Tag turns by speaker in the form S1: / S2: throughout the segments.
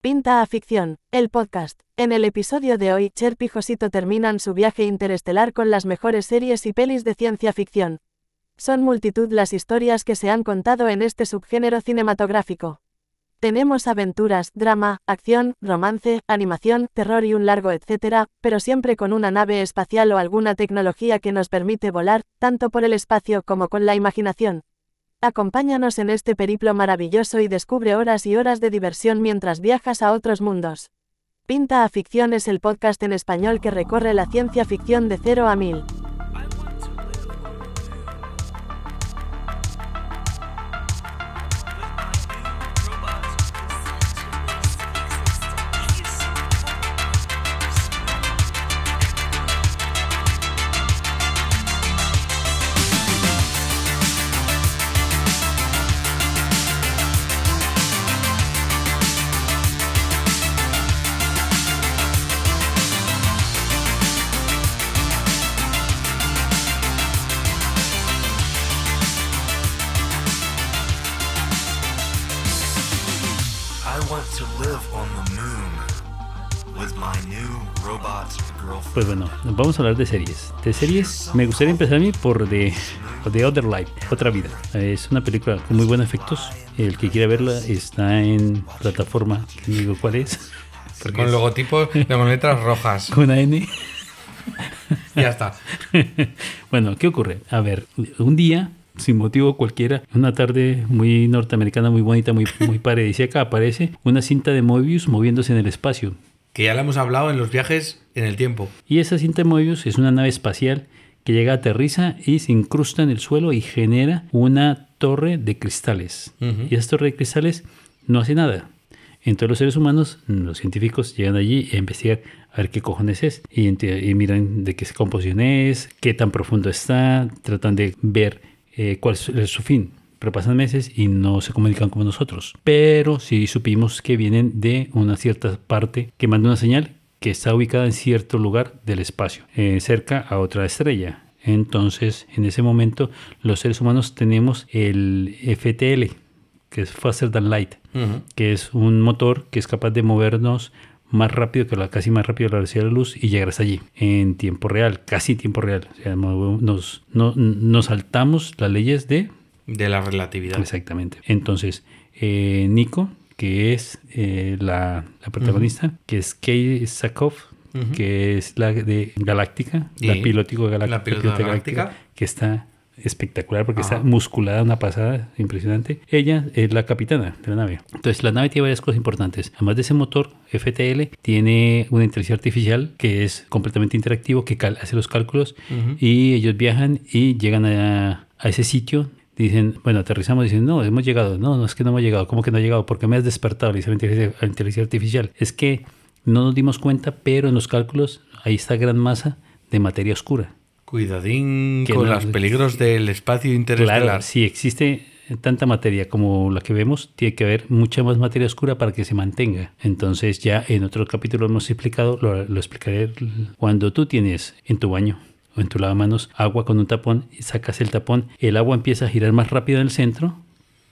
S1: Pinta a ficción, el podcast. En el episodio de hoy, Cher y Josito terminan su viaje interestelar con las mejores series y pelis de ciencia ficción. Son multitud las historias que se han contado en este subgénero cinematográfico. Tenemos aventuras, drama, acción, romance, animación, terror y un largo etcétera, pero siempre con una nave espacial o alguna tecnología que nos permite volar, tanto por el espacio como con la imaginación. Acompáñanos en este periplo maravilloso y descubre horas y horas de diversión mientras viajas a otros mundos. Pinta a Ficción es el podcast en español que recorre la ciencia ficción de cero a mil.
S2: I want to live on the moon with my new robot girlfriend.
S3: Pues bueno, nos vamos a hablar de series. De series, me gustaría empezar a mí por The, por The Other Life, Otra Vida. Es una película con muy buenos efectos. El que quiera verla está en plataforma, que no digo cuál es, porque
S4: Con
S3: es
S4: logotipos de con letras rojas.
S3: con AN.
S4: Ya está.
S3: bueno, ¿qué ocurre? A ver, un día, sin motivo cualquiera, una tarde muy norteamericana, muy bonita, muy, muy paradisíaca, aparece una cinta de Mobius moviéndose en el espacio.
S4: Que ya la hemos hablado en los viajes en el tiempo.
S3: Y esa cinta de Mobius es una nave espacial que llega, aterriza y se incrusta en el suelo y genera una torre de cristales.
S4: Ujú.
S3: Y esa torre de cristales no hace nada. Entonces los seres humanos, los científicos, llegan allí a investigar a ver qué cojones es. Y, ente- y miran de qué composición es, qué tan profundo está, tratan de ver eh, cuál es es su fin. Pero pasan meses y no se comunican como nosotros. Pero sí supimos que vienen de una cierta parte que manda una señal que está ubicada en cierto lugar del espacio, eh, cerca a otra estrella. Entonces, en ese momento, los seres humanos tenemos el FTL, que es Faster Than Light,
S4: Ujú.
S3: que es un motor que es capaz de movernos más rápido que la casi más rápido que la velocidad de la luz y llegar hasta allí en tiempo real, casi tiempo real. O sea, mo- nos, no- nos saltamos las leyes de
S4: De la relatividad.
S3: Exactamente. Entonces, eh, Nico, que es eh, la, la protagonista, que es Kay Sakoff,
S4: Ujú.
S3: que es la de Galáctica, la
S4: Y-
S3: pilotico de Galáctica,
S4: la piloto de Galáctica.
S3: que está espectacular porque
S4: Ajá.
S3: está musculada, una pasada impresionante. Ella es la capitana de la nave. Entonces, la nave tiene varias cosas importantes. Además de ese motor FTL, tiene una inteligencia artificial que es completamente interactivo, que cal- hace los cálculos
S4: Ujú.
S3: y ellos viajan y llegan a, a ese sitio. Dicen, bueno, aterrizamos, dicen, no, hemos llegado. No, no es que no hemos llegado. ¿Cómo que no he llegado? porque me has despertado? Le dice la inteligencia, la inteligencia artificial. Es que no nos dimos cuenta, pero en los cálculos ahí está gran masa de materia oscura.
S4: Cuidadín
S3: Que
S4: con
S3: no-
S4: los peligros del espacio interestelar.
S3: Claro, si existe tanta materia como la que vemos, tiene que haber mucha más materia oscura para que se mantenga. Entonces ya en otro capítulo hemos explicado, lo, lo explicaré cuando tú tienes en tu baño o en tu lavamanos agua con un tapón y sacas el tapón, el agua empieza a girar más rápido en el centro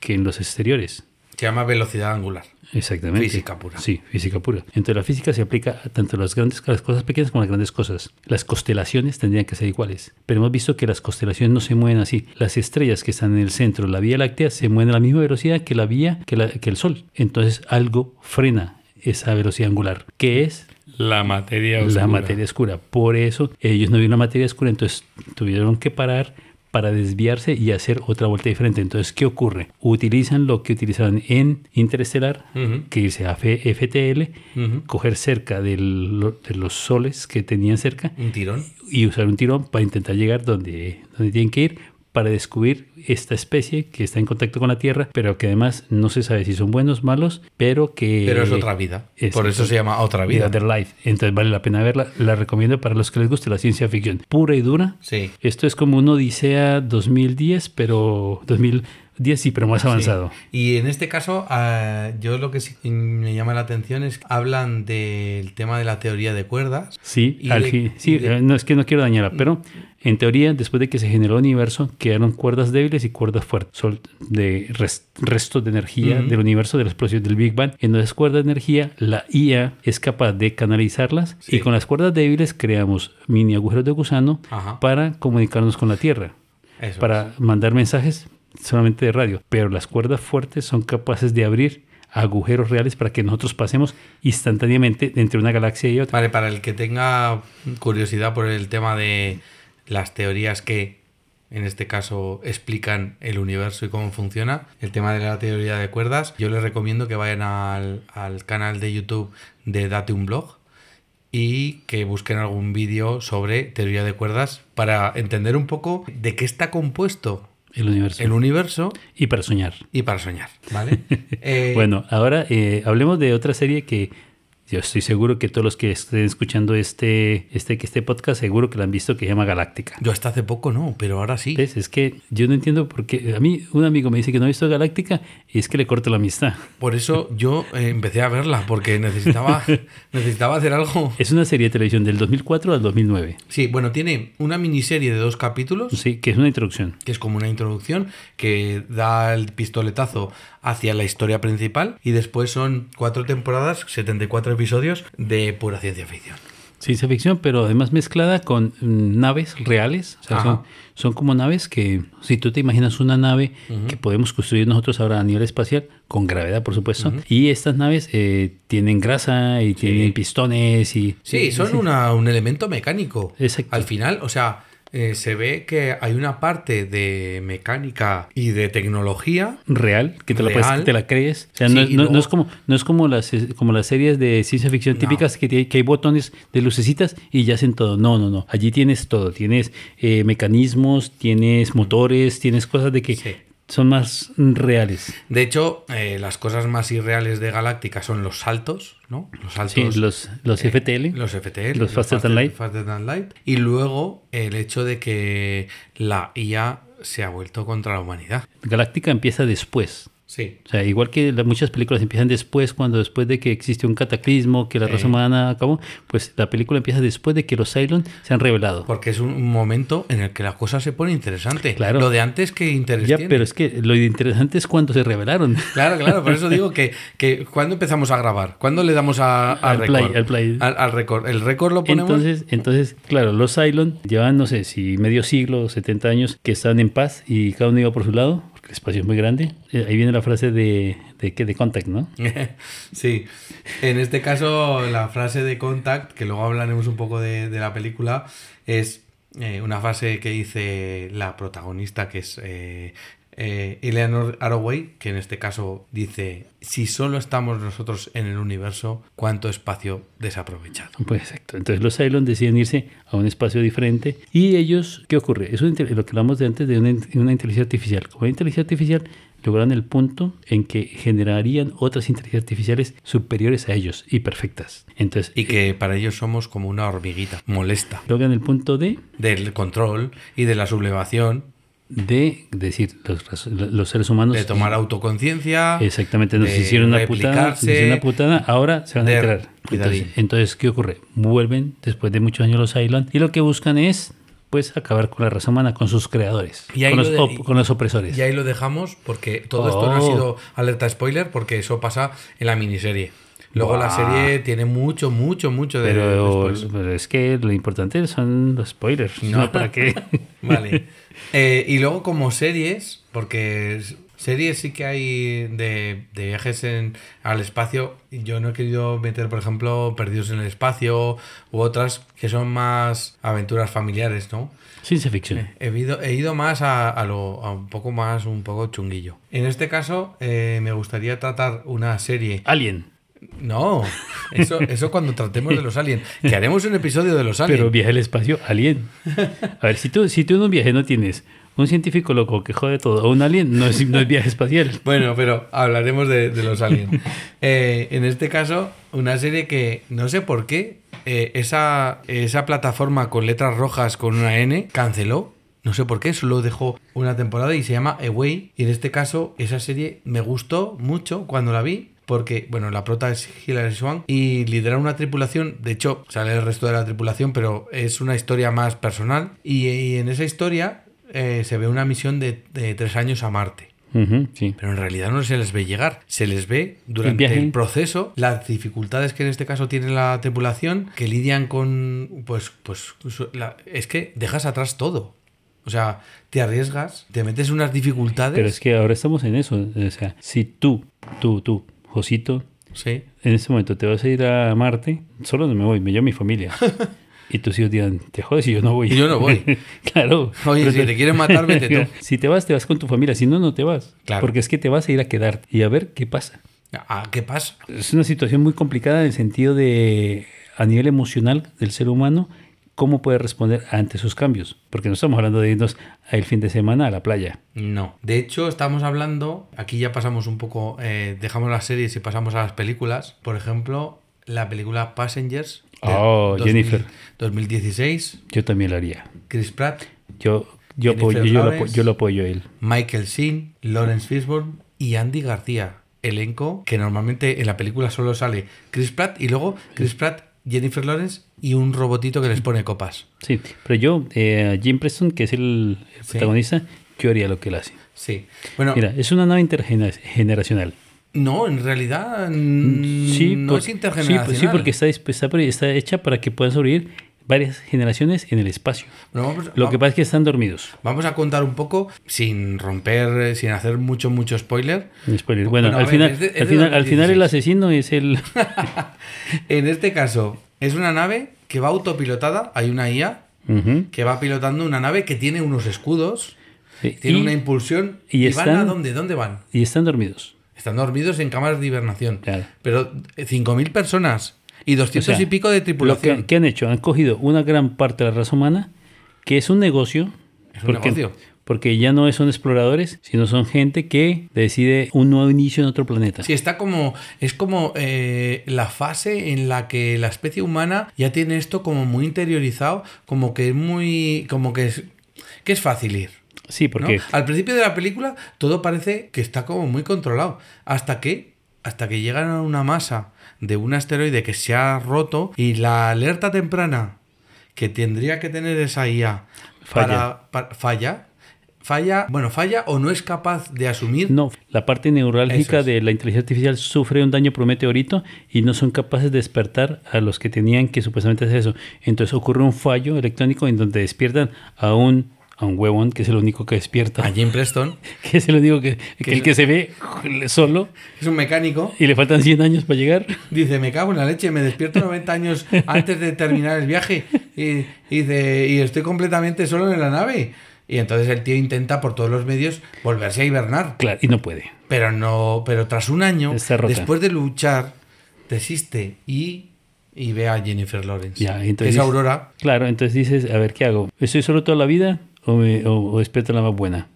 S3: que en los exteriores.
S4: Se llama velocidad angular.
S3: Exactamente.
S4: Física pura.
S3: Sí, física pura. Entonces la física se aplica a tanto las grandes a las cosas pequeñas como a las grandes cosas. Las constelaciones tendrían que ser iguales, pero hemos visto que las constelaciones no se mueven así. Las estrellas que están en el centro de la Vía Láctea se mueven a la misma velocidad que la vía que, la- que el Sol. Entonces algo frena esa velocidad angular, que es
S4: La materia
S3: la materia oscura. Por eso ellos no vieron la materia oscura, entonces tuvieron que parar para desviarse y hacer otra vuelta diferente. Entonces, ¿qué ocurre? Utilizan lo que utilizaban en Interestelar,
S4: Ujú.
S3: que irse a F- FTL,
S4: Ujú.
S3: coger cerca del- lo- de los soles que tenían cerca
S4: Un tirón.
S3: y usar un tirón para intentar llegar donde, donde tienen que ir para descubrir esta especie que está en contacto con la Tierra, pero que además no se sabe si son buenos, malos, pero que...
S4: Pero es otra vida.
S3: es-
S4: Por eso se llama otra
S3: Vida
S4: vida.
S3: Other Life. Entonces vale la pena verla. La recomiendo para los que les guste la ciencia ficción pura y dura.
S4: Sí.
S3: Esto es como un Odisea 2010, pero 2000, 10 sí, pero más avanzado.
S4: Sí. Y en este caso, ah, yo lo que sí me llama la atención es que hablan del tema de la teoría de cuerdas.
S3: Sí,
S4: Y
S3: al
S4: de-
S3: fin- sí,
S4: y de-
S3: eh, no es que no quiero dañarla, pero en teoría, después de que se generó el universo, quedaron cuerdas débiles y cuerdas fuertes, sol- de res- restos de energía
S4: Ujú.
S3: del universo, de la explosión del Big Bang. En las cuerdas de energía, la IA es capaz de canalizarlas
S4: Sí.
S3: y con las cuerdas débiles creamos mini agujeros de gusano
S4: Ajá.
S3: para comunicarnos con la Tierra,
S4: Eso es.
S3: para mandar mensajes solamente de radio. Pero las cuerdas fuertes son capaces de abrir agujeros reales para que nosotros pasemos instantáneamente entre una galaxia y otra.
S4: Vale, para el que tenga curiosidad por el tema de las teorías que en este caso explican el universo y cómo funciona, el tema de la teoría de cuerdas, yo les recomiendo que vayan al, al canal de YouTube de Date un Blog y que busquen algún vídeo sobre teoría de cuerdas para entender un poco de qué está compuesto
S3: El universo.
S4: el universo
S3: y para soñar.
S4: y para soñar, ¿vale? Eh,
S3: Bueno, ahora eh, hablemos de otra serie que yo estoy seguro que todos los que estén escuchando este, este, que este podcast seguro que la han visto que se llama Galáctica.
S4: yo hasta hace poco no, pero ahora sí.
S3: ¿Ves? Es que yo no entiendo por qué. A mí un amigo me dice que no ha visto Galáctica y es que le corto la amistad.
S4: Por eso yo eh, empecé a verla, porque necesitaba, necesitaba hacer algo.
S3: Es una serie de televisión del 2004 al 2009,
S4: Sí, bueno, tiene una miniserie de dos capítulos,
S3: sí, que es una introducción.
S4: que es como una introducción, que da el pistoletazo hacia la historia principal, y después son cuatro temporadas, 74 episodios de pura ciencia ficción.
S3: Ciencia ficción, pero además mezclada con mm, naves reales. O sea,
S4: Ajá.
S3: son, son como naves que, si tú te imaginas una nave que podemos construir nosotros ahora a nivel espacial, con gravedad, por supuesto, y estas naves eh, tienen grasa y tienen pistones y...
S4: Sí, son una- un elemento mecánico.
S3: Exacto.
S4: Al final, o sea, eh, se ve que hay una parte de mecánica y de tecnología.
S3: real que te la, puedes-
S4: Real.
S3: te la crees o sea no,
S4: Sí, y
S3: no- no
S4: luego-
S3: es como no es como las eh, como las series de ciencia ficción
S4: No.
S3: típicas que, tiene- que hay botones de lucecitas y ya hacen todo no no no allí tienes todo tienes eh, mecanismos tienes motores tienes cosas de que
S4: Sí.
S3: son más reales
S4: De hecho, eh, las cosas más irreales de Galáctica son los saltos, ¿no? Los saltos. eh,
S3: sí los los FTL
S4: Los FTL.
S3: Los Faster Than Light.
S4: Faster Than Light. Y luego el hecho de que la IA se ha vuelto contra la humanidad.
S3: Galáctica empieza después
S4: Sí.
S3: O sea, igual que la- muchas películas empiezan después, cuando después de que existe un cataclismo, que la raza humana acabó, pues la película empieza después de que los Cylon se han revelado.
S4: Porque es un momento en el que la cosa se pone interesante.
S3: Claro.
S4: Lo de antes que interés
S3: Ya,
S4: tiene.
S3: pero es que lo interesante es cuando se revelaron.
S4: Claro, claro, por eso digo que, que cuando empezamos a grabar, cuando le damos a,
S3: Al play,
S4: récord?
S3: al play.
S4: Al, al récord. El récord lo ponemos.
S3: Entonces, entonces, claro, los Cylon llevan, no sé, si medio siglo, 70 años, que están en paz y cada uno iba por su lado, porque el espacio es muy grande. Eh, Ahí viene la frase de, de, que- de Contact, ¿no?
S4: sí. En este caso, la frase de Contact, que luego hablaremos un poco de, de la película, es eh, una frase que dice la protagonista, que es eh, eh, Eleanor Arroway, que en este caso dice: Si solo estamos nosotros en el universo, ¿cuánto espacio desaprovechado?
S3: Pues exacto. Entonces los Cylon deciden irse a un espacio diferente. ¿Y ellos qué ocurre? Es una inte- lo que hablamos de antes de una, in- una inteligencia artificial. Como una inteligencia artificial lograron el punto en que generarían otras inteligencias artificiales superiores a ellos y perfectas. Entonces
S4: Y que para ellos somos como una hormiguita molesta
S3: logran el punto de,
S4: del control y de la sublevación,
S3: de decir, los, raz- los seres humanos... e-,
S4: de tomar autoconciencia.
S3: Exactamente, nos
S4: de
S3: hicieron una putada, nos
S4: replicarse,
S3: hicieron una putada, ahora se van a
S4: de-
S3: enterar. Entonces,
S4: cuidadín.
S3: entonces, ¿qué ocurre? Vuelven después de muchos años los Island y lo que buscan es pues acabar con la raza humana, con sus creadores,
S4: Y ahí
S3: con,
S4: lo
S3: los
S4: de-
S3: op- con los opresores.
S4: Y ahí lo dejamos porque todo esto no ha
S3: Pues Oh.
S4: sido alerta spoiler porque eso pasa en la miniserie. Luego la
S3: Buah.
S4: serie tiene mucho, mucho, mucho de...
S3: pero,
S4: de spoilers.
S3: pero es que lo importante son los spoilers, no, para qué.
S4: Vale. Eh, y luego como series, porque s- series sí que hay de, de viajes en, al espacio. Yo no he querido meter, por ejemplo, Perdidos en el Espacio u otras que son más aventuras familiares, ¿no?
S3: Ciencia ficción.
S4: He ido, he ido más a, a lo a un poco más, un poco chunguillo. En este caso, eh, me gustaría tratar una serie.
S3: Alien,
S4: No, eso, eso cuando tratemos de los aliens. Que haremos un episodio de los
S3: pero
S4: aliens.
S3: viaje al espacio, alien. A ver, si tú, si tú en un viaje no tienes un científico loco que jode todo, o un alien, no es, no es viaje espacial.
S4: Bueno, pero hablaremos de, de los aliens. Eh, en este caso, una serie que no sé por qué eh, esa, esa plataforma con letras rojas con una N canceló. No sé por qué, solo dejó una temporada y se llama Away. Y en este caso, esa serie me gustó mucho cuando la vi. Porque, bueno, la prota es Hilary Swank y lidera una tripulación. De hecho, sale el resto de la tripulación, pero es una historia más personal. Y, y en esa historia eh, se ve una misión de- de tres años a Marte.
S3: Ujú, sí.
S4: Pero en realidad no se les ve llegar, se les ve
S3: El
S4: durante
S3: viaje.
S4: el, proceso las dificultades que en este caso tiene la tripulación, que lidian con, pues, pues, su- la- es que dejas atrás todo. O sea, te arriesgas, te metes unas dificultades.
S3: Pero es que ahora estamos en eso. O sea, si tú, tú, tú, Josito,
S4: Sí,
S3: en este momento te vas a ir a Marte, solo no me voy, me llevo a mi familia. y tus hijos dirán, te jodes y yo no voy.
S4: Y yo no voy.
S3: claro.
S4: Oye, si te quieren matar, vete tú.
S3: si te vas, te vas con tu familia. Si no, no te vas.
S4: Claro.
S3: Porque es que te vas a ir a quedarte y a ver qué pasa.
S4: Ah, ¿qué pasa?
S3: Es una situación muy complicada en el sentido de, a nivel emocional del ser humano, cómo puede responder ante sus cambios. Porque no estamos hablando de irnos el fin de semana a la playa.
S4: No. De hecho, estamos hablando, aquí ya pasamos un poco, eh, dejamos las series y pasamos a las películas. Por ejemplo, la película Passengers. de
S3: Oh, Jennifer.
S4: 2016,
S3: Yo también lo haría.
S4: Chris Pratt.
S3: Yo, yo,
S4: Jennifer
S3: apoyo- yo lo, apo-
S4: Lawrence.
S3: yo lo apoyo a él.
S4: Michael Sheen, Lawrence Fishburne y Andy García. Elenco que normalmente en la película solo sale Chris Pratt y luego Chris Pratt, Jennifer Lawrence y un robotito que les pone copas.
S3: Sí, pero yo, eh, Jim Preston, que es el, el
S4: Sí.
S3: protagonista, yo haría lo que él hace.
S4: Sí. Bueno,
S3: Mira, es una nave intergeneracional.
S4: no, en realidad mm,
S3: Sí,
S4: no
S3: por-
S4: es
S3: sí, por-
S4: intergeneracional.
S3: Sí, porque está, disp- está pre- está hecha para que puedan sobrevivir varias generaciones en el espacio.
S4: Bueno, vamos-
S3: Lo que pasa es que están dormidos.
S4: Vamos a contar un poco, sin romper, eh, sin hacer mucho, mucho spoiler.
S3: Un spoiler. Bueno,
S4: Bueno, a
S3: al,
S4: ver,
S3: final,
S4: es de- es
S3: al,
S4: de
S3: final, al final el
S4: 2016.
S3: asesino es el...
S4: En este caso, es una nave que va autopilotada, hay una IA
S3: Ujú.
S4: que va pilotando una nave que tiene unos escudos,
S3: Sí,
S4: tiene
S3: y-
S4: una impulsión
S3: y
S4: y, van a
S3: están-
S4: dónde, dónde van.
S3: y están dormidos.
S4: Están dormidos en cámaras de hibernación.
S3: Claro.
S4: Pero eh, 5.000 personas y 200
S3: O sea,
S4: y pico de
S3: Lo
S4: tripulación.
S3: que, que han hecho, han cogido una gran parte de la raza humana, que es un negocio.
S4: Es un negocio.
S3: Porque ya no son exploradores, sino son gente que decide un nuevo inicio en otro planeta.
S4: Sí, está como. Es como eh, la fase en la que la especie humana ya tiene esto como muy interiorizado, como que es muy. como que es. que es fácil ir.
S3: Sí,
S4: ¿no? Ah,
S3: porque
S4: Al principio de la película todo parece que está como muy controlado. Hasta que. Hasta que llegan a una masa de un asteroide que se ha roto y la alerta temprana que tendría que tener esa IA
S3: Falla.
S4: para- para- falla. Falla, bueno, falla o no es capaz de asumir
S3: no, la parte
S4: Eso
S3: neurálgica
S4: es.
S3: de la inteligencia artificial sufre un daño por un meteorito y no son capaces de despertar a los que tenían que supuestamente hacer eso. Entonces ocurre un fallo electrónico en donde despiertan a un, a un huevón, que es el único que despierta,
S4: a Jim Preston.
S3: que es el único que, que el
S4: es-
S3: que se ve solo
S4: Es un mecánico.
S3: y le faltan 100 años para llegar.
S4: Dice, me cago en la leche, me despierto 90 años antes de terminar el viaje. Y, y dice, y estoy completamente solo en la nave. Y entonces el tío intenta por todos los medios volverse a hibernar.
S3: Claro, y no puede.
S4: Pero no, pero tras un año,
S3: Está rota.
S4: después de luchar, desiste y, y ve a Jennifer Lawrence.
S3: Ya,
S4: que
S3: entonces-
S4: es Aurora.
S3: Claro, entonces dices, a ver, ¿qué hago? ¿Estoy solo toda la vida o, me- o- o despierto a la más buena?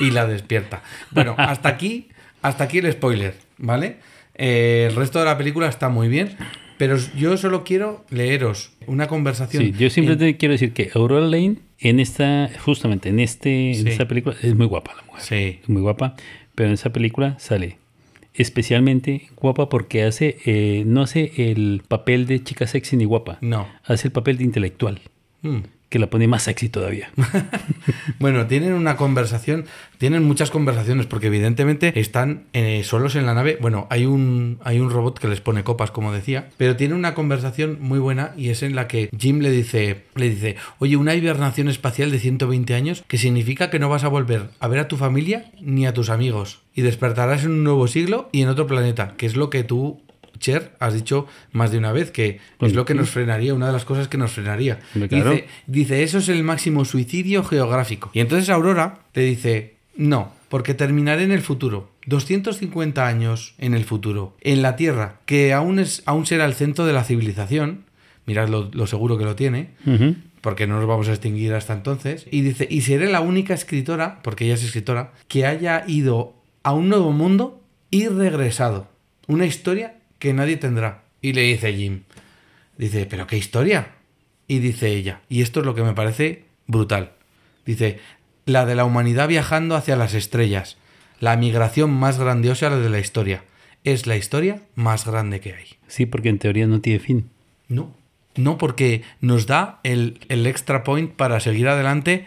S4: y la despierta. Bueno, hasta aquí, hasta aquí el spoiler, ¿vale? Eh, el resto de la película está muy bien, pero yo solo quiero leeros una conversación.
S3: Sí, yo
S4: en-
S3: simplemente quiero decir que Aurora Lane en esta, justamente en, este, en
S4: Sí.
S3: esta película, es muy guapa la mujer.
S4: Sí,
S3: Es muy guapa, pero en esa película sale especialmente guapa porque hace, eh, no hace el papel de chica sexy ni guapa,
S4: no.
S3: hace el papel de intelectual,
S4: Mm.
S3: que la pone más sexy todavía.
S4: Bueno, tienen una conversación, tienen muchas conversaciones porque evidentemente están eh, solos en la nave. Bueno, hay un hay un robot que les pone copas, como decía, pero tienen una conversación muy buena y es en la que Jim le dice le dice, "Oye, una hibernación espacial de 120 años que significa que no vas a volver a ver a tu familia ni a tus amigos y despertarás en un nuevo siglo y en otro planeta, que es lo que tú Cher, has dicho más de una vez que es lo que nos frenaría, una de las cosas que nos frenaría.
S3: Hombre, claro.
S4: Dice, Dice, eso es el máximo suicidio geográfico. Y entonces Aurora le dice, no, porque terminaré en el futuro. 250 años en el futuro, en la Tierra, que aún, es, aún será el centro de la civilización. Mirad lo, lo seguro que lo tiene,
S3: Ujú.
S4: porque no nos vamos a extinguir hasta entonces. Y dice, y seré la única escritora, porque ella es escritora, que haya ido a un nuevo mundo y regresado. Una historia que nadie tendrá. Y le dice Jim, dice, pero qué historia. Y dice ella, y esto es lo que me parece brutal. Dice, la de la humanidad viajando hacia las estrellas, la migración más grandiosa de la historia. Es la historia más grande que hay.
S3: Sí, porque en teoría no tiene fin.
S4: No. No, porque nos da el, el extra point para seguir adelante.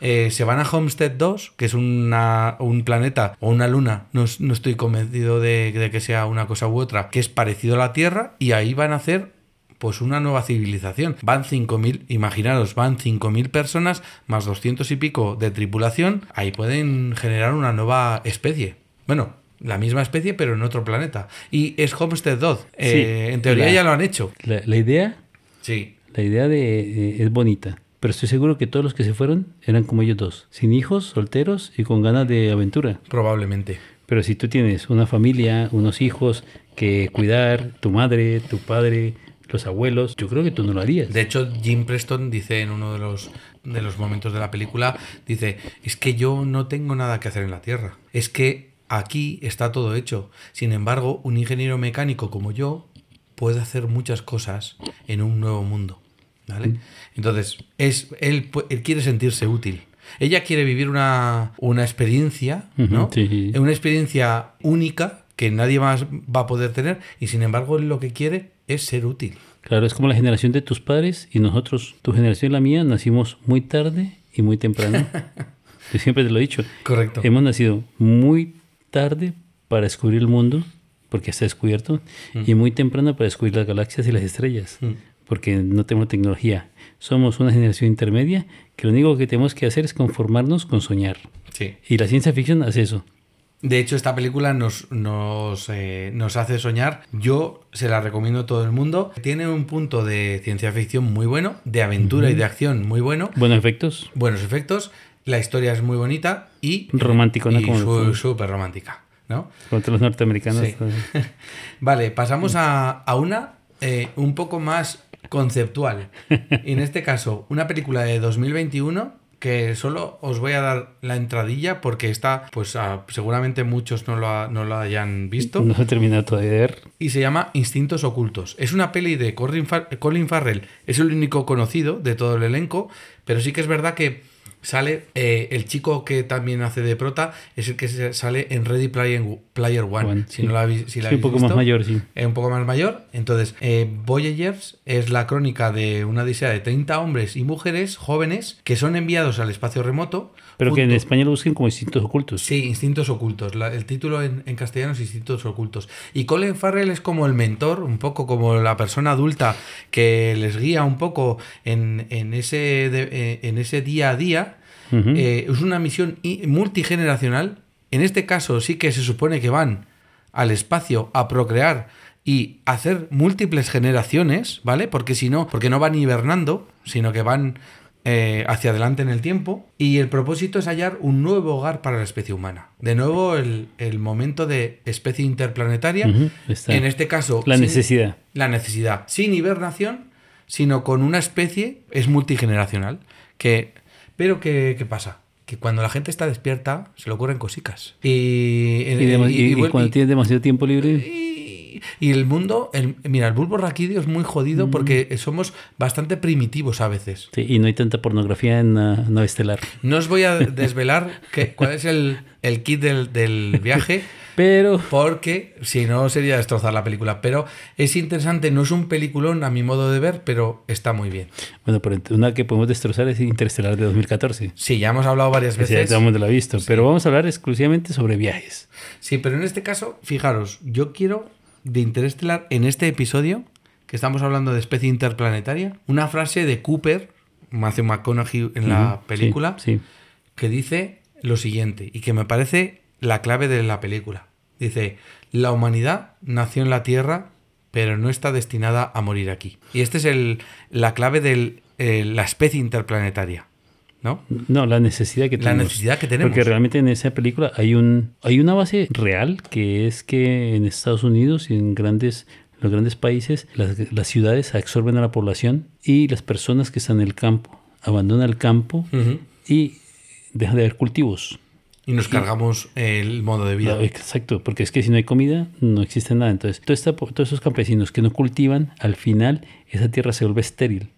S4: Eh, se van a Homestead 2, que es una- un planeta o una luna, no, es- no estoy convencido de, de que sea una cosa u otra, que es parecido a la Tierra, y ahí van a hacer pues una nueva civilización. Van 5.000, imaginaros, van 5.000 personas más 200 y pico de tripulación, ahí pueden generar una nueva especie. Bueno, la misma especie pero en otro planeta. Y es Homestead 2, eh,
S3: Sí,
S4: en teoría
S3: la-
S4: ya lo han hecho.
S3: La, la idea,
S4: Sí,
S3: la idea de, de- es bonita, pero estoy seguro que todos los que se fueron eran como ellos dos, sin hijos, solteros y con ganas de aventura.
S4: probablemente.
S3: Pero si tú tienes una familia, unos hijos que cuidar, tu madre, tu padre, los abuelos, yo creo que tú no lo harías.
S4: De hecho, Jim Preston dice en uno de los, de los momentos de la película, dice, es que yo no tengo nada que hacer en la Tierra. Es que aquí está todo hecho. Sin embargo, un ingeniero mecánico como yo puede hacer muchas cosas en un nuevo mundo. ¿Vale?
S3: Mm.
S4: Entonces, es, él, pu- él quiere sentirse útil. Ella quiere vivir una, una experiencia,
S3: Ujú,
S4: ¿no?
S3: sí, sí, sí.
S4: Una experiencia única que nadie más va a poder tener y sin embargo él lo que quiere es ser útil.
S3: Claro, es como la generación de tus padres y nosotros, tu generación y la mía, nacimos muy tarde y muy temprano. Yo siempre te lo he dicho.
S4: Correcto.
S3: Hemos nacido muy tarde para descubrir el mundo, porque está descubierto,
S4: Mm.
S3: y muy temprano para descubrir las galaxias y las estrellas, porque no tenemos tecnología. Somos una generación intermedia que lo único que tenemos que hacer es conformarnos con soñar.
S4: Sí.
S3: Y la ciencia ficción hace eso.
S4: De hecho, esta película nos, nos, eh, nos hace soñar. Yo se la recomiendo a todo el mundo. Tiene un punto de ciencia ficción muy bueno, de aventura y de acción muy bueno,
S3: Buenos efectos.
S4: buenos efectos, la historia es muy bonita y...
S3: Romanticona
S4: y
S3: como el
S4: su-
S3: fútbol.
S4: súper romántica, ¿no?
S3: Contra los norteamericanos. eh,
S4: Sí. Vale, pasamos a, a una eh, un poco más conceptual. En este caso, una película de 2021 que solo os voy a dar la entradilla porque está, pues ah, seguramente muchos no lo, ha- no lo hayan visto
S3: No he terminado todavía de ver.
S4: y se llama Instintos Ocultos. Es una peli de Colin, Far- Colin Farrell, es el único conocido de todo el elenco, pero sí que es verdad que sale eh, el chico que también hace de prota, es el que se- sale en Ready Player, Player One.
S3: One,
S4: si
S3: sí.
S4: no la habéis, si la
S3: Soy un
S4: habéis
S3: poco
S4: visto.
S3: más mayor, sí.
S4: Eh, un poco más mayor. Entonces, eh, Voyagers es la crónica de una odisea de 30 hombres y mujeres jóvenes que son enviados al espacio remoto.
S3: Pero que en
S4: junto-
S3: España lo busquen como instintos ocultos.
S4: Sí, Instintos Ocultos. La- el título en, en castellano es Instintos Ocultos. Y Colin Farrell es como el mentor, un poco como la persona adulta que les guía un poco en, en ese, de- eh, en ese día a día.
S3: Ujú.
S4: Eh, es una misión i- multigeneracional. En este caso sí que se supone que van al espacio a procrear y hacer múltiples generaciones, ¿vale? Porque si no, porque no van hibernando, sino que van eh, hacia adelante en el tiempo. Y el propósito es hallar un nuevo hogar para la especie humana. De nuevo, el, el momento de especie interplanetaria.
S3: Ujú, está.
S4: En este caso,
S3: La
S4: sin-
S3: necesidad.
S4: la necesidad, sin hibernación, sino con una especie, es multigeneracional. Que, pero ¿qué, qué pasa? Que cuando la gente está despierta, se le ocurren cosicas. Y,
S3: Y, dema- y- y
S4: vuel-
S3: cuando
S4: eh, y-
S3: tienes demasiado tiempo libre,
S4: y- y el mundo, el- mira, el bulbo raquídeo es muy jodido
S3: Mm.
S4: porque somos bastante primitivos a veces.
S3: sí, y no hay tanta pornografía en la nave estelar.
S4: No os voy a desvelar qué- cuál es el, el kit del, del viaje,
S3: Pero
S4: Porque si no sería destrozar la película. Pero es interesante, no es un peliculón a mi modo de ver, pero está muy bien.
S3: bueno, pero una que podemos destrozar es Interestelar de 2014.
S4: Sí, ya hemos hablado varias
S3: Que ya
S4: veces.
S3: todo el mundo la ha visto. Pero vamos a hablar exclusivamente sobre viajes.
S4: Sí, pero en este caso, fijaros, yo quiero de Interestelar en este episodio, que estamos hablando de especie interplanetaria, una frase de Cooper, Matthew McConaughey en la
S3: Ujú,
S4: película,
S3: Sí. sí.
S4: que dice lo siguiente y que me parece la clave de la película. Dice, la humanidad nació en la Tierra, pero no está destinada a morir aquí. Y esta es el, la clave de la especie interplanetaria, ¿no?
S3: No, la necesidad que
S4: La
S3: tenemos.
S4: necesidad que tenemos.
S3: Porque realmente en esa película hay un hay una base real que es que en Estados Unidos y en grandes los grandes países las, las ciudades absorben a la población y las personas que están en el campo abandonan el campo
S4: Mm.
S3: y dejan de haber cultivos.
S4: Y nos cargamos el modo de vida.
S3: No, Exacto, porque es que si no hay comida, no existe nada. Entonces, toda esta po- todos esos campesinos que no cultivan, al final esa tierra se vuelve estéril.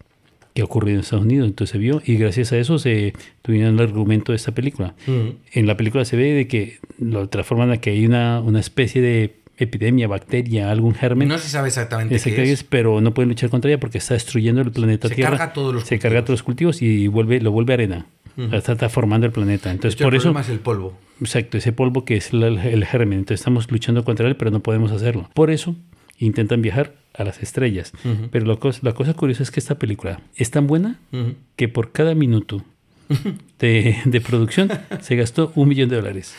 S3: que ha ocurrido en Estados Unidos. Entonces se vio y gracias a eso se tuvieron el argumento de esta película.
S4: Mm.
S3: En la película se ve de que lo transforman a que hay una, una especie de epidemia, bacteria, algún germen.
S4: No se sabe exactamente
S3: Ese
S4: qué
S3: que
S4: es.
S3: es, pero no pueden luchar contra ella porque está destruyendo el planeta
S4: Se
S3: Tierra.
S4: carga todos los
S3: se carga todos los cultivos y vuelve, lo vuelve arena. O sea, está transformando el planeta. Entonces,
S4: Entonces,
S3: por
S4: Este el
S3: eso,
S4: problema es el polvo.
S3: exacto, ese polvo que es la- el germen. Entonces, estamos luchando contra él, pero no podemos hacerlo. Por eso, intentan viajar a las estrellas. Pero la cosa, la cosa curiosa es que esta película es tan buena
S4: Ujú.
S3: que por cada minuto de, de producción se gastó un millón de dólares.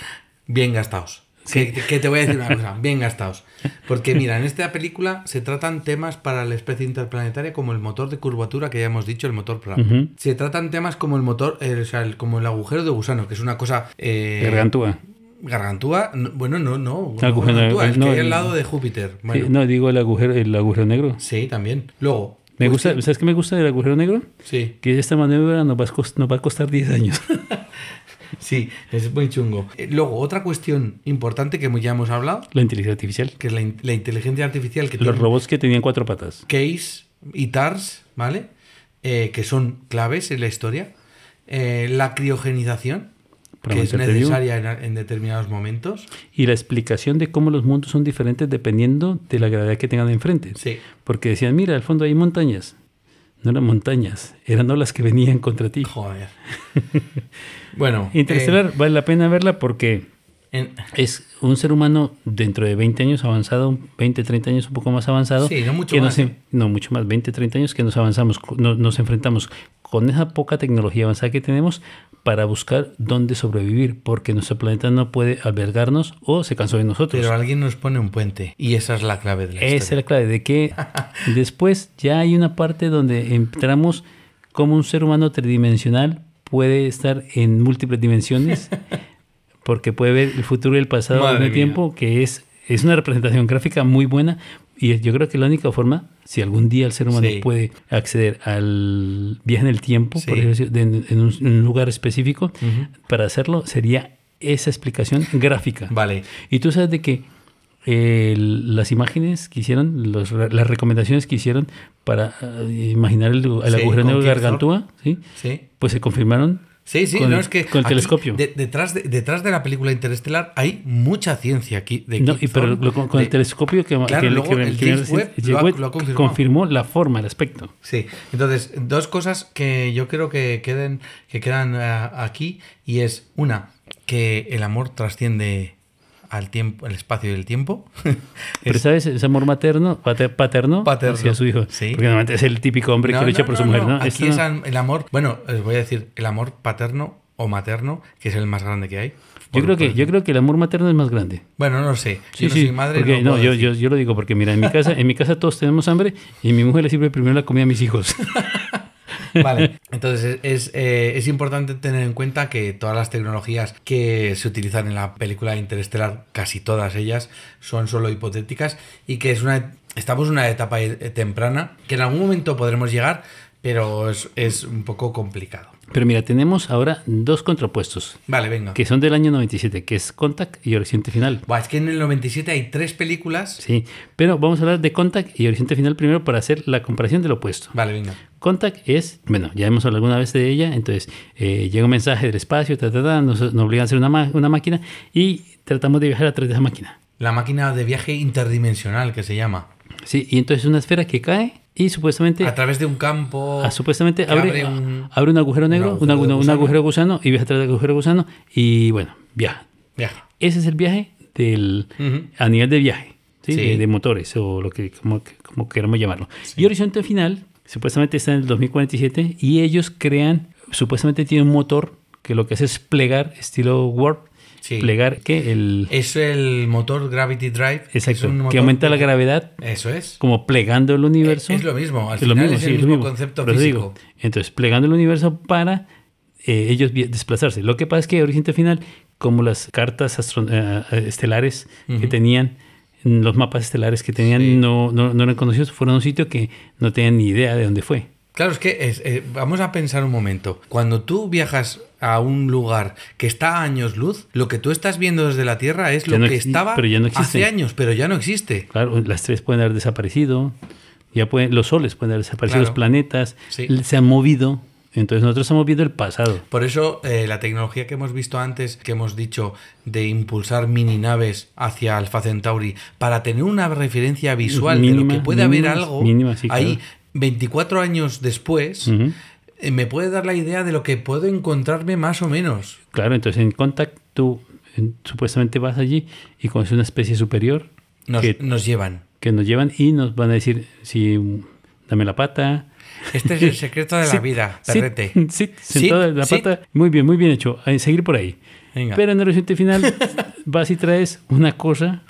S4: Bien gastados. Que, que te voy a decir una cosa, bien gastados. Porque mira, en esta película se tratan temas para la especie interplanetaria como el motor de curvatura que ya hemos dicho, el motor Pratt.
S3: Ujú.
S4: Se tratan temas como el motor, eh, o sea, el- como el agujero de gusano, que es una cosa... eh,
S3: Gargantúa.
S4: Gargantúa, no- bueno, no, no. no
S3: Agujero-
S4: gargantúa, es
S3: no,
S4: que hay al
S3: el-
S4: lado de Júpiter. Bueno,
S3: Sí, no, digo el agujero, el agujero negro.
S4: Sí, también. Luego.
S3: Me
S4: pues
S3: gusta, ¿Sabes qué me gusta del agujero negro?
S4: Sí,
S3: Que esta maniobra nos va a, cos- nos va a costar 10 años.
S4: sí, es muy chungo. Eh, Luego, otra cuestión importante que ya hemos hablado,
S3: la inteligencia artificial.
S4: que es la, in- la inteligencia artificial que
S3: Los
S4: tiene
S3: robots que tenían cuatro patas.
S4: Case y TARS, ¿vale? Eh, que son claves en la historia. Eh, la criogenización,
S3: Para
S4: que es
S3: mantenerte vivo.
S4: necesaria en, en determinados momentos.
S3: Y la explicación de cómo los mundos son diferentes dependiendo de la gravedad que tengan enfrente.
S4: Sí.
S3: Porque decían, mira, al fondo hay montañas. No eran montañas, eran olas que venían contra ti.
S4: Joder. Eh. bueno.
S3: Interestelar, vale la pena verla porque
S4: eh, en-
S3: es un ser humano dentro de 20 años avanzado, 20, 30 años un poco más avanzado.
S4: Sí, no mucho
S3: que
S4: más,
S3: Nos,
S4: ¿eh?
S3: en- no mucho más, 20, 30 años que nos avanzamos, co- no- nos enfrentamos con esa poca tecnología avanzada que tenemos para buscar dónde sobrevivir, porque nuestro planeta no puede albergarnos o se cansó de nosotros.
S4: pero alguien nos pone un puente. Y esa es la clave de la historia.
S3: Esa es la clave de que después ya hay una parte donde entramos como un ser humano tridimensional puede estar en múltiples dimensiones porque puede ver el futuro y el pasado al
S4: Madre
S3: mismo
S4: mía.
S3: tiempo, que es, es una representación gráfica muy buena y yo creo que la única forma, si algún día el ser humano
S4: Sí.
S3: puede acceder al viaje en el tiempo, por
S4: Sí.
S3: ejemplo, de- en, en un, en un lugar específico, para hacerlo sería esa explicación gráfica.
S4: Vale.
S3: Y tú sabes de que eh, las imágenes que hicieron, los- las recomendaciones que hicieron para eh, imaginar el, el
S4: Sí,
S3: agujero
S4: con
S3: negro de
S4: Kirchhoff.
S3: Gargantúa, ¿sí?
S4: Sí.
S3: pues se confirmaron.
S4: Sí, sí,
S3: con
S4: no
S3: el-
S4: es que.
S3: con el
S4: aquí,
S3: telescopio.
S4: de- detrás, de, detrás de la película interestelar hay mucha ciencia aquí. De
S3: No,
S4: Keith
S3: y pero
S4: Thorne,
S3: lo- con, con el
S4: de-
S3: telescopio que,
S4: Claro,
S3: que-
S4: luego
S3: que-
S4: el
S3: que-
S4: James
S3: que-
S4: Webb
S3: que-
S4: lo ha-
S3: Webb
S4: lo ha confirmado.
S3: confirmó la forma, el aspecto.
S4: Sí, entonces, dos cosas que yo creo que queden, que quedan eh, aquí, y es una, que el amor trasciende al tiempo, el espacio y el tiempo.
S3: Pero sabes, ese amor materno, pate- paterno,
S4: Paterno,
S3: hacia su hijo.
S4: sí.
S3: Porque normalmente es el típico hombre que
S4: No,
S3: lucha
S4: no,
S3: por
S4: no,
S3: su mujer,
S4: no,
S3: ¿no? Esto
S4: Aquí
S3: no.
S4: es am- el amor, bueno, os voy a decir, el amor paterno o materno, que es el más grande que hay.
S3: Yo
S4: Por-
S3: creo que,
S4: por-
S3: yo creo que el amor materno es más grande.
S4: Bueno, no lo sé.
S3: Sí,
S4: yo no
S3: sí,
S4: soy madre,
S3: porque-
S4: no
S3: no,
S4: puedo
S3: yo,
S4: decir.
S3: yo, yo lo digo porque mira, en mi casa, en mi casa todos tenemos hambre y mi mujer le sirve primero la comida a mis hijos.
S4: Vale, entonces es, es, eh, es importante tener en cuenta que todas las tecnologías que se utilizan en la película Interestelar, casi todas ellas, son solo hipotéticas y que es una, estamos en una etapa eh, temprana que en algún momento podremos llegar, pero es, es un poco complicado.
S3: Pero mira, tenemos ahora dos contrapuestos,
S4: Vale, venga.
S3: que son del año 97, que es Contact y Horizonte Final.
S4: Buah, es que en el 97 hay tres películas.
S3: Sí, pero vamos a hablar de Contact y Horizonte Final primero para hacer la comparación del opuesto.
S4: Vale, venga.
S3: Contact es, bueno, ya hemos hablado alguna vez de ella, entonces eh, llega un mensaje del espacio, ta, ta, ta, nos, nos obligan a hacer una, ma- una máquina y tratamos de viajar a través de esa máquina.
S4: La máquina de viaje interdimensional que se llama.
S3: Sí, y entonces es una esfera que cae y supuestamente
S4: A través de un campo.
S3: Ah, supuestamente
S4: que
S3: abre,
S4: abre
S3: abre un,
S4: un-
S3: agujero negro,
S4: un
S3: un
S4: agujero de
S3: agujero, un
S4: gusano.
S3: agujero de gusano y viaja atrás del agujero de gusano y bueno, viaja.
S4: Viaja.
S3: Ese es el viaje del,
S4: Ujú.
S3: a nivel de viaje, ¿sí?
S4: Sí.
S3: De, de motores o lo que como, que- como queramos llamarlo. Y Horizonte Final supuestamente está en el 2047 y ellos crean, supuestamente tiene un motor que lo que hace es plegar, estilo warp,
S4: Sí.
S3: plegar que el...
S4: Es el motor Gravity Drive. que es
S3: exacto,
S4: un
S3: que
S4: motor
S3: aumenta
S4: de-
S3: la gravedad
S4: Eso es.
S3: como plegando el universo.
S4: Es- es lo mismo, al
S3: Es lo
S4: final
S3: mismo,
S4: es
S3: sí,
S4: el
S3: es lo
S4: mismo
S3: mismo.
S4: concepto
S3: Por eso
S4: físico.
S3: digo, entonces, plegando el universo para eh, ellos vi- desplazarse. Lo que pasa es que Horizonte Final, como las cartas astro- eh, estelares que tenían, los mapas estelares que tenían
S4: Sí.
S3: no, no, no eran conocidos, fueron a un sitio que no tenían ni idea de dónde fue.
S4: Claro, es que es, eh, vamos a pensar un momento. Cuando tú viajas a un lugar que está a años luz, lo que tú estás viendo desde la Tierra es
S3: Ya
S4: lo
S3: no
S4: que
S3: ex-
S4: estaba
S3: pero ya no existe.
S4: hace años, pero ya no existe.
S3: Claro, las tres pueden haber desaparecido. Ya pueden, los soles pueden haber desaparecido, los
S4: Claro.
S3: planetas
S4: Sí.
S3: se han movido. Entonces nosotros estamos viendo el pasado.
S4: Por eso eh, la tecnología que hemos visto antes, que hemos dicho de impulsar mini naves hacia Alpha Centauri para tener una referencia visual de lo
S3: Mínima,
S4: que puede
S3: mínimas,
S4: haber algo
S3: mínimas, sí,
S4: ahí
S3: claro.
S4: 24 años después
S3: Ujú.
S4: eh, me puede dar la idea de lo que puedo encontrarme más o menos.
S3: Claro, entonces en Contact tú en- supuestamente vas allí y conoces una especie superior
S4: Nos,
S3: que,
S4: nos llevan.
S3: que nos llevan y nos van a decir, sí, dame la pata.
S4: Este es el secreto de la
S3: Sit,
S4: vida,
S3: sit,
S4: perrete.
S3: sit,
S4: Sit,
S3: sentado en la
S4: sit.
S3: pata. Muy bien, muy bien hecho. A seguir por ahí.
S4: Venga.
S3: Pero en el resultado final vas y traes una cosa,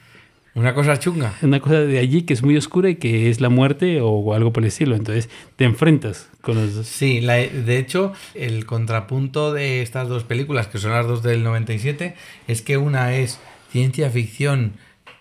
S4: Una cosa chunga.
S3: una cosa de allí que es muy oscura y que es la muerte o algo por el estilo. Entonces te enfrentas con los dos.
S4: Sí, la- de hecho, el contrapunto de estas dos películas, que son las dos del 97, es que una es ciencia ficción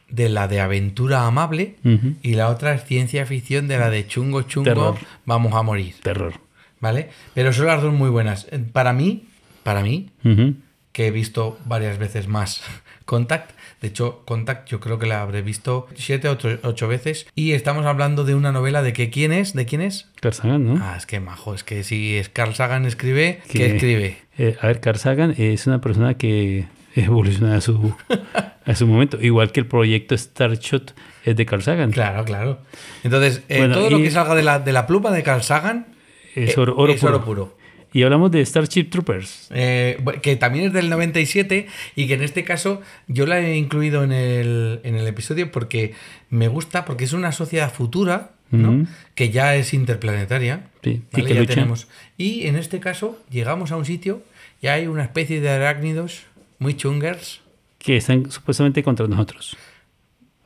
S4: de la de aventura amable
S3: Ujú.
S4: y la otra es ciencia ficción de la de chungo chungo,
S3: Terror.
S4: vamos a morir,
S3: Terror.
S4: ¿vale? Pero son las dos muy buenas. Eh, Para mí, para mí,
S3: Ujú.
S4: que he visto varias veces más Contact. De hecho, Contact yo creo que la habré visto siete o ocho, ocho veces. Y estamos hablando de una novela de que quién es, de quién es,
S3: Carl Sagan, ¿no?
S4: Ah, es que majo, es que si es Carl Sagan escribe, ¿qué
S3: Que-
S4: escribe?
S3: Eh, a ver, Carl Sagan es una persona que evoluciona a su, a su momento. Igual que el proyecto Starshot es de Carl Sagan.
S4: Claro, claro. Entonces, eh,
S3: Bueno,
S4: todo lo
S3: y-
S4: que salga de la, de la pluma de Carl Sagan
S3: Es
S4: eh,
S3: oro, oro
S4: es
S3: puro.
S4: oro puro.
S3: Y hablamos de Starship Troopers.
S4: Eh, bu- que también es del 97 y que en este caso yo la he incluido en el, en el episodio porque me gusta, porque es una sociedad futura, ¿no?
S3: Ujú.
S4: Que ya es interplanetaria.
S3: Sí, y
S4: ¿vale?
S3: que
S4: Ya
S3: lucha.
S4: tenemos. Y en este caso llegamos a un sitio y hay una especie de arácnidos muy chungers
S3: Que están supuestamente contra nosotros.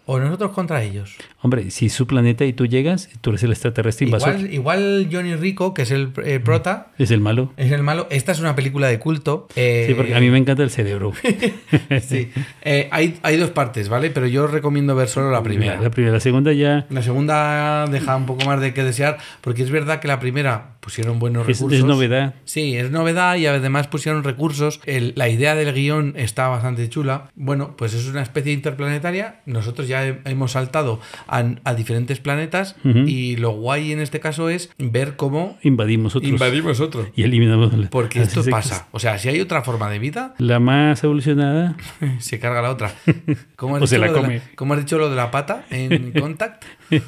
S4: o nosotros contra ellos.
S3: Hombre, si es su planeta y tú llegas, tú eres el extraterrestre invasor.
S4: Igual, igual Johnny Rico, que es el eh, prota,
S3: Es el malo.
S4: es el malo. Esta es una película de culto. eh,
S3: Sí, porque a mí me encanta el cerebro.
S4: sí. Eh, hay, hay dos partes, ¿vale? Pero yo os recomiendo ver solo la primera.
S3: La primera, la segunda ya
S4: La segunda deja un poco más de que desear, porque es verdad que la primera pusieron buenos
S3: es,
S4: recursos.
S3: es novedad.
S4: Sí, es novedad y además pusieron recursos. El- la idea del guión está bastante chula. Bueno, pues es una especie interplanetaria. Nosotros ya he- hemos saltado a, a diferentes planetas
S3: Ujú.
S4: y lo guay en este caso es ver cómo
S3: Invadimos otros.
S4: invadimos otro.
S3: Y eliminamos. la-
S4: Porque
S3: las
S4: esto
S3: insectos.
S4: pasa. O sea, si hay otra forma de vida,
S3: La más evolucionada
S4: se carga la otra. ¿Cómo has,
S3: O se
S4: dicho
S3: la
S4: lo de
S3: come.
S4: cómo has dicho lo de la pata en Contact? Dame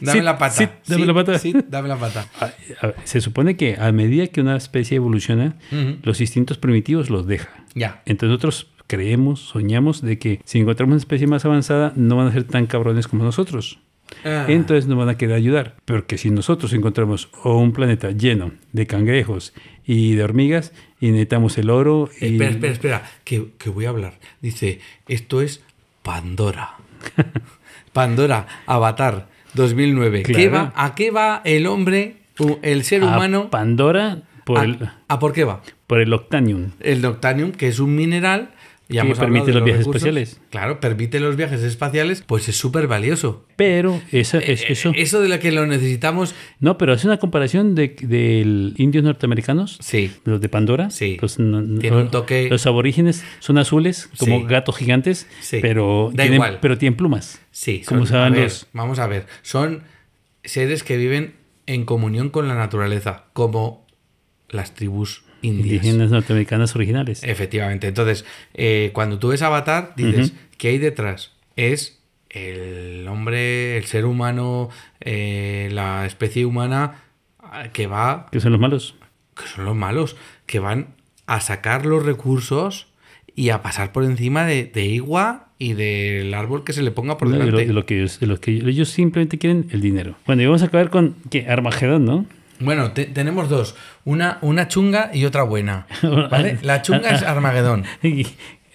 S3: Sit,
S4: la pata.
S3: sit, dame
S4: Sí,
S3: la pata.
S4: sí, dame la pata.
S3: A- a- Se supone que a medida que una especie evoluciona,
S4: Ujú.
S3: los instintos primitivos los deja.
S4: Ya.
S3: Entonces nosotros creemos, soñamos de que si encontramos una especie más avanzada, no van a ser tan cabrones como nosotros.
S4: Ah,
S3: Entonces nos van a querer ayudar. Porque si nosotros encontramos o un planeta lleno de cangrejos y de hormigas, y necesitamos el oro y...
S4: Espera, espera, espera, que, que voy a hablar. Dice, esto es Pandora. Pandora, Avatar, 2009. ¿Qué
S3: Claro.
S4: va- ¿A qué va el hombre, u- el ser
S3: A
S4: humano?
S3: Pandora por,
S4: ¿A-
S3: el,
S4: ¿A por qué va?
S3: por el Octanium.
S4: el Doctanium, que es un mineral. Ya
S3: Que
S4: hemos hablado
S3: permite
S4: de
S3: los viajes
S4: recursos.
S3: espaciales.
S4: Claro, permite los viajes espaciales, pues es súper valioso.
S3: Pero esa,
S4: Eh,
S3: es, eso...
S4: Eso de lo que lo necesitamos,
S3: No, pero hace una comparación de, de indios norteamericanos
S4: sí.
S3: Los de Pandora.
S4: Sí.
S3: Los, no- no-
S4: Tiene un toque-
S3: Los aborígenes son azules, como
S4: Sí.
S3: gatos gigantes,
S4: Sí.
S3: pero,
S4: Da
S3: tienen,
S4: igual.
S3: pero tienen plumas.
S4: Sí,
S3: Como
S4: son- a
S3: usaban
S4: ver,
S3: los-
S4: Vamos a ver, son seres que viven en comunión con la naturaleza, como las tribus indias.
S3: Indígenas norteamericanas originales.
S4: Efectivamente. Entonces, eh, cuando tú ves Avatar, dices, ¿qué hay detrás? Es el hombre, el ser humano, eh, la especie humana ah, que va
S3: que son los malos.
S4: que son los malos, que van a sacar los recursos y a pasar por encima de, de Igua y del árbol que se le ponga por
S3: De lo,
S4: delante.
S3: de lo que ellos, de lo que ellos simplemente quieren el dinero. Bueno, y vamos a acabar con que Armagedón, ¿no?
S4: Bueno, te- tenemos dos, una, una chunga y otra buena. ¿vale? La chunga es Armagedón.
S3: Y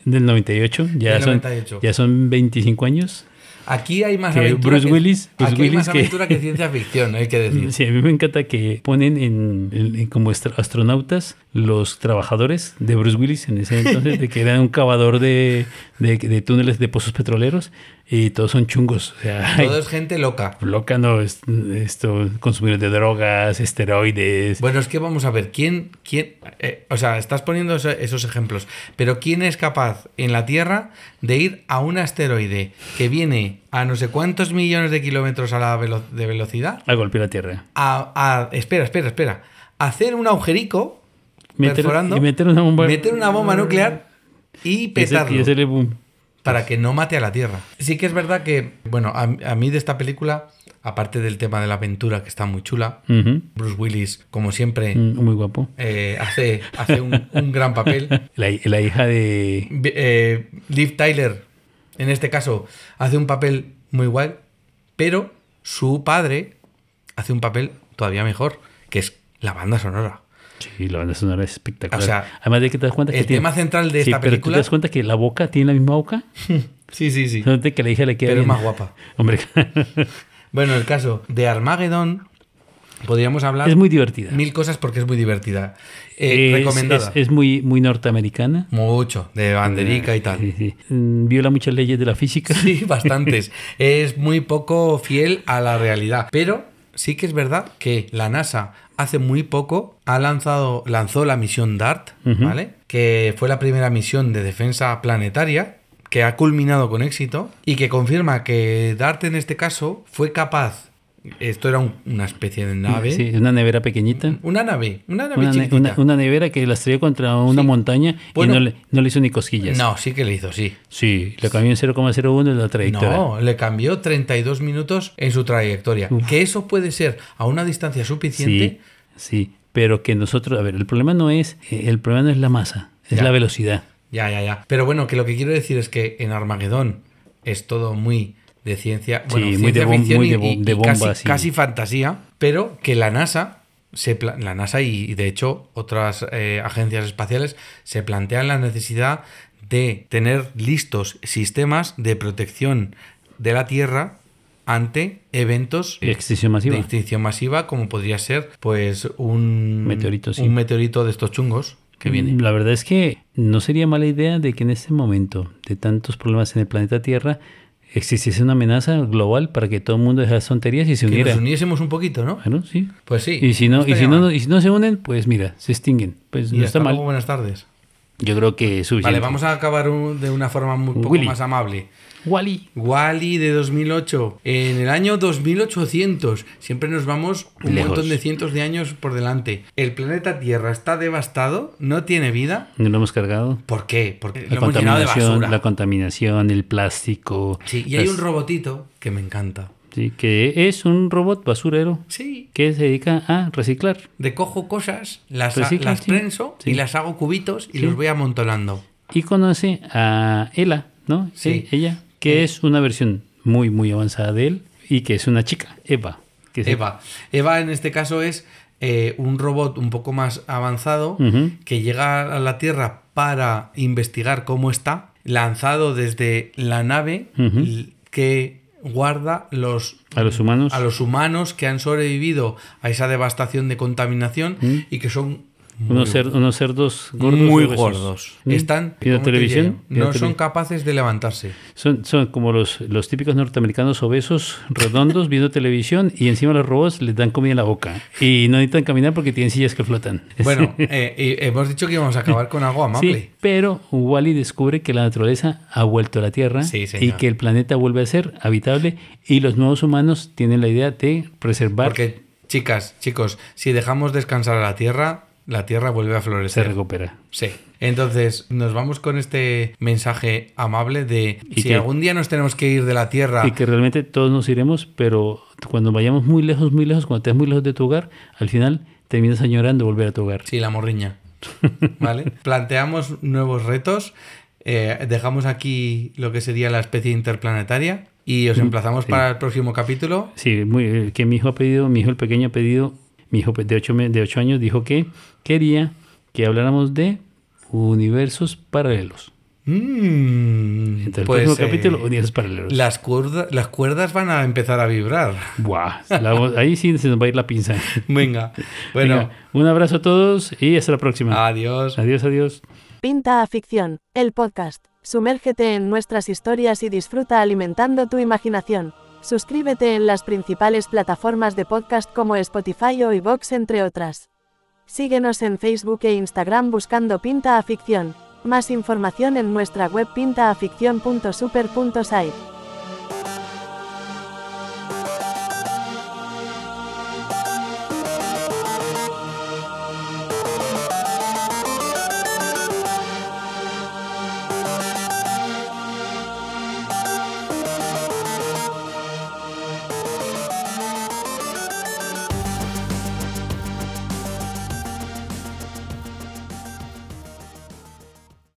S3: Del 98, ya,
S4: Del
S3: son,
S4: 98.
S3: ya son 25 años.
S4: Aquí hay más
S3: Que
S4: aventura.
S3: Bruce
S4: que-
S3: Willis- Bruce
S4: aquí hay
S3: Willis
S4: más
S3: que-
S4: aventura que ciencia ficción, hay que decir.
S3: Eh, Sí, a mí me encanta que ponen en, en- en como estra- astronautas los trabajadores de Bruce Willis en ese entonces, de que era un cavador de, de- de túneles de pozos petroleros y todos son chungos. O sea, hay-
S4: Todo es gente loca.
S3: loca, no, es- esto, consumidores de drogas, esteroides.
S4: Bueno, es que vamos a ver, ¿quién, quién, eh, o sea, estás poniendo eso- esos ejemplos, pero ¿quién es capaz en la Tierra de ir a un asteroide que viene a no sé cuántos millones de kilómetros a la velo- de velocidad?
S3: a golpear la tierra.
S4: A, a- espera, espera, espera, hacer un agujerico
S3: Meter-
S4: perforando,
S3: y meter una bomba.
S4: meter una bomba nuclear y
S3: Y hacer-
S4: petarlo.
S3: y hacerle boom.
S4: para que no mate a la Tierra. Sí que es verdad que, bueno, a, a mí de esta película, aparte del tema de la aventura que está muy chula,
S3: Ujú.
S4: Bruce Willis, como siempre,
S3: Mm, Muy guapo.
S4: eh, hace, hace un, un gran papel.
S3: La, hi- la hija de.
S4: Vi- eh, Liv Tyler, en este caso, hace un papel muy guay, pero su padre hace un papel todavía mejor, que es la banda sonora.
S3: Sí, la banda sonora es espectacular.
S4: O sea,
S3: Además de que te das cuenta que.
S4: el
S3: tiene-
S4: tema central de
S3: Sí,
S4: esta
S3: pero tú
S4: película-
S3: te das cuenta que la boca tiene la misma boca.
S4: Sí, sí, sí.
S3: Solamente que la hija le queda.
S4: Pero es
S3: bien.
S4: más guapa.
S3: Hombre,
S4: Bueno, el caso de Armageddon, podríamos hablar
S3: es muy divertida.
S4: mil cosas porque es muy divertida. Eh,
S3: es,
S4: recomendada.
S3: es- es muy, muy norteamericana.
S4: Mucho, de banderica y
S3: Sí,
S4: tal.
S3: sí. Mm, Viola muchas leyes de la física.
S4: Sí, bastantes. Es muy poco fiel a la realidad. Pero sí que es verdad que la NASA hace muy poco ha lanzado, lanzó la misión DART, ¿vale? Que fue la primera misión de defensa planetaria que ha culminado con éxito y que confirma que DART en este caso fue capaz. Esto era un- una especie de nave.
S3: Sí, una nevera pequeñita.
S4: Una nave, una nave
S3: Una, ne-
S4: chiquitita.
S3: una- una nevera que la estrelló contra una
S4: Sí.
S3: montaña
S4: Bueno.
S3: y no le, no le hizo ni cosquillas.
S4: No, sí que le hizo, sí.
S3: Sí, le cambió en 0,01 la trayectoria.
S4: No, le cambió 32 minutos en su trayectoria. Que eso puede ser a una distancia
S3: sí,
S4: suficiente.
S3: sí, pero que nosotros, a ver, el problema no es, eh, el problema no es la masa, es
S4: Ya.
S3: la velocidad.
S4: Ya, ya, ya. Pero bueno, que lo que quiero decir es que en Armagedón es todo muy de ciencia,
S3: Sí,
S4: bueno,
S3: muy
S4: ciencia
S3: de bom-
S4: ficción
S3: muy
S4: y-
S3: de bom-
S4: y-
S3: de
S4: y casi-
S3: bombas
S4: casi,
S3: y-
S4: fantasía, pero que la NASA se pla- la NASA y, y de hecho otras eh, agencias espaciales se plantean la necesidad de tener listos sistemas de protección de la Tierra ante eventos eh,
S3: Y extinción masiva.
S4: de extinción masiva como podría ser pues un
S3: Meteorito, sí.
S4: un meteorito de estos chungos que viene
S3: Mm, La verdad es que no sería mala idea de que en este momento de tantos problemas en el planeta Tierra existiese una amenaza global para que todo el mundo dejara tonterías y se
S4: que
S3: uniera.
S4: nos uniésemos un poquito, ¿no?
S3: Claro, sí.
S4: Pues sí.
S3: Y si no, y
S4: estaría
S3: si no,
S4: mal.
S3: y si no se unen, pues mira, se extinguen. Pues
S4: Y
S3: no
S4: hasta
S3: está mal.
S4: luego, buenas tardes.
S3: Yo creo que es suficiente.
S4: Vale, vamos a acabar un- de una forma un poco
S3: Willy.
S4: más amable.
S3: Wally.
S4: Wally de 2008. En el año 2800. Siempre nos vamos un
S3: Lejos.
S4: montón de cientos de años por delante. El planeta Tierra está devastado, no tiene vida.
S3: No lo hemos cargado.
S4: ¿Por qué? Porque lo
S3: La
S4: hemos llenado de
S3: contaminación,
S4: basura.
S3: la contaminación, el plástico.
S4: Sí, y hay
S3: las-
S4: un robotito que me encanta.
S3: Sí, que es un robot basurero
S4: Sí,
S3: que se dedica a reciclar.
S4: decojo cosas, las,
S3: Recicla,
S4: las
S3: sí.
S4: prenso y
S3: Sí.
S4: las hago cubitos y los voy amontonando.
S3: Y conoce a Ella, ¿no?
S4: Sí. Eh.
S3: E- Ella, que es una versión muy, muy avanzada de él y que es una chica, Eva. Que se-
S4: Eva. Eva en este caso es eh, un robot un poco más avanzado
S3: Ujú.
S4: que llega a la Tierra para investigar cómo está, lanzado desde la nave
S3: Ujú.
S4: l- que guarda los
S3: A los humanos.
S4: a los humanos que han sobrevivido a esa devastación de contaminación y que son muy
S3: unos, cer- unos cerdos gordos.
S4: muy
S3: obesos.
S4: gordos.
S3: Mm.
S4: Están
S3: Viendo
S4: ¿cómo te
S3: televisión.
S4: diré? No
S3: viendo
S4: son
S3: tele-
S4: capaces de levantarse.
S3: son, son como los, los típicos norteamericanos obesos, redondos, viendo televisión y encima los robots les dan comida en la boca. Y no necesitan caminar porque tienen sillas que flotan.
S4: Bueno, eh, y hemos dicho que íbamos a acabar con algo
S3: Sí,
S4: amable.
S3: pero Wally descubre que la naturaleza ha vuelto a la Tierra
S4: Sí, señor.
S3: y que el planeta vuelve a ser habitable y los nuevos humanos tienen la idea de preservar,
S4: Porque, chicas, chicos, si dejamos descansar a la Tierra, la Tierra vuelve a
S3: se
S4: florecer.
S3: recupera.
S4: Sí. Entonces, nos vamos con este mensaje amable de
S3: ¿Y
S4: si
S3: qué?
S4: algún día nos tenemos que ir de la Tierra,
S3: Y que realmente todos nos iremos, pero cuando vayamos muy lejos, muy lejos, cuando estés muy lejos de tu hogar, al final terminas añorando volver a tu hogar.
S4: sí, la morriña. ¿Vale? Planteamos nuevos retos, eh, dejamos aquí lo que sería la especie interplanetaria y
S3: Mm,
S4: os emplazamos para el próximo capítulo.
S3: Sí, muy, eh, que mi hijo ha pedido, mi hijo el pequeño ha pedido, mi hijo de 8 de ocho años dijo que quería que habláramos de universos paralelos.
S4: Mm,
S3: Entonces, el
S4: pues,
S3: próximo
S4: eh,
S3: capítulo, universos paralelos.
S4: las, cuerda- las cuerdas van a empezar a vibrar.
S3: Buah, la voz- ahí sí se nos va a ir la pinza.
S4: Venga, bueno, Ah.
S3: Venga, un abrazo a todos y hasta la próxima.
S4: adiós.
S3: Adiós, adiós.
S1: Pinta a Ficción, el podcast. Sumérgete en nuestras historias y disfruta alimentando tu imaginación. Suscríbete en las principales plataformas de podcast como Spotify o iVoox, entre otras. Síguenos en Facebook e Instagram buscando Pinta a Ficción. Más información en nuestra web pintaaficción.super.site.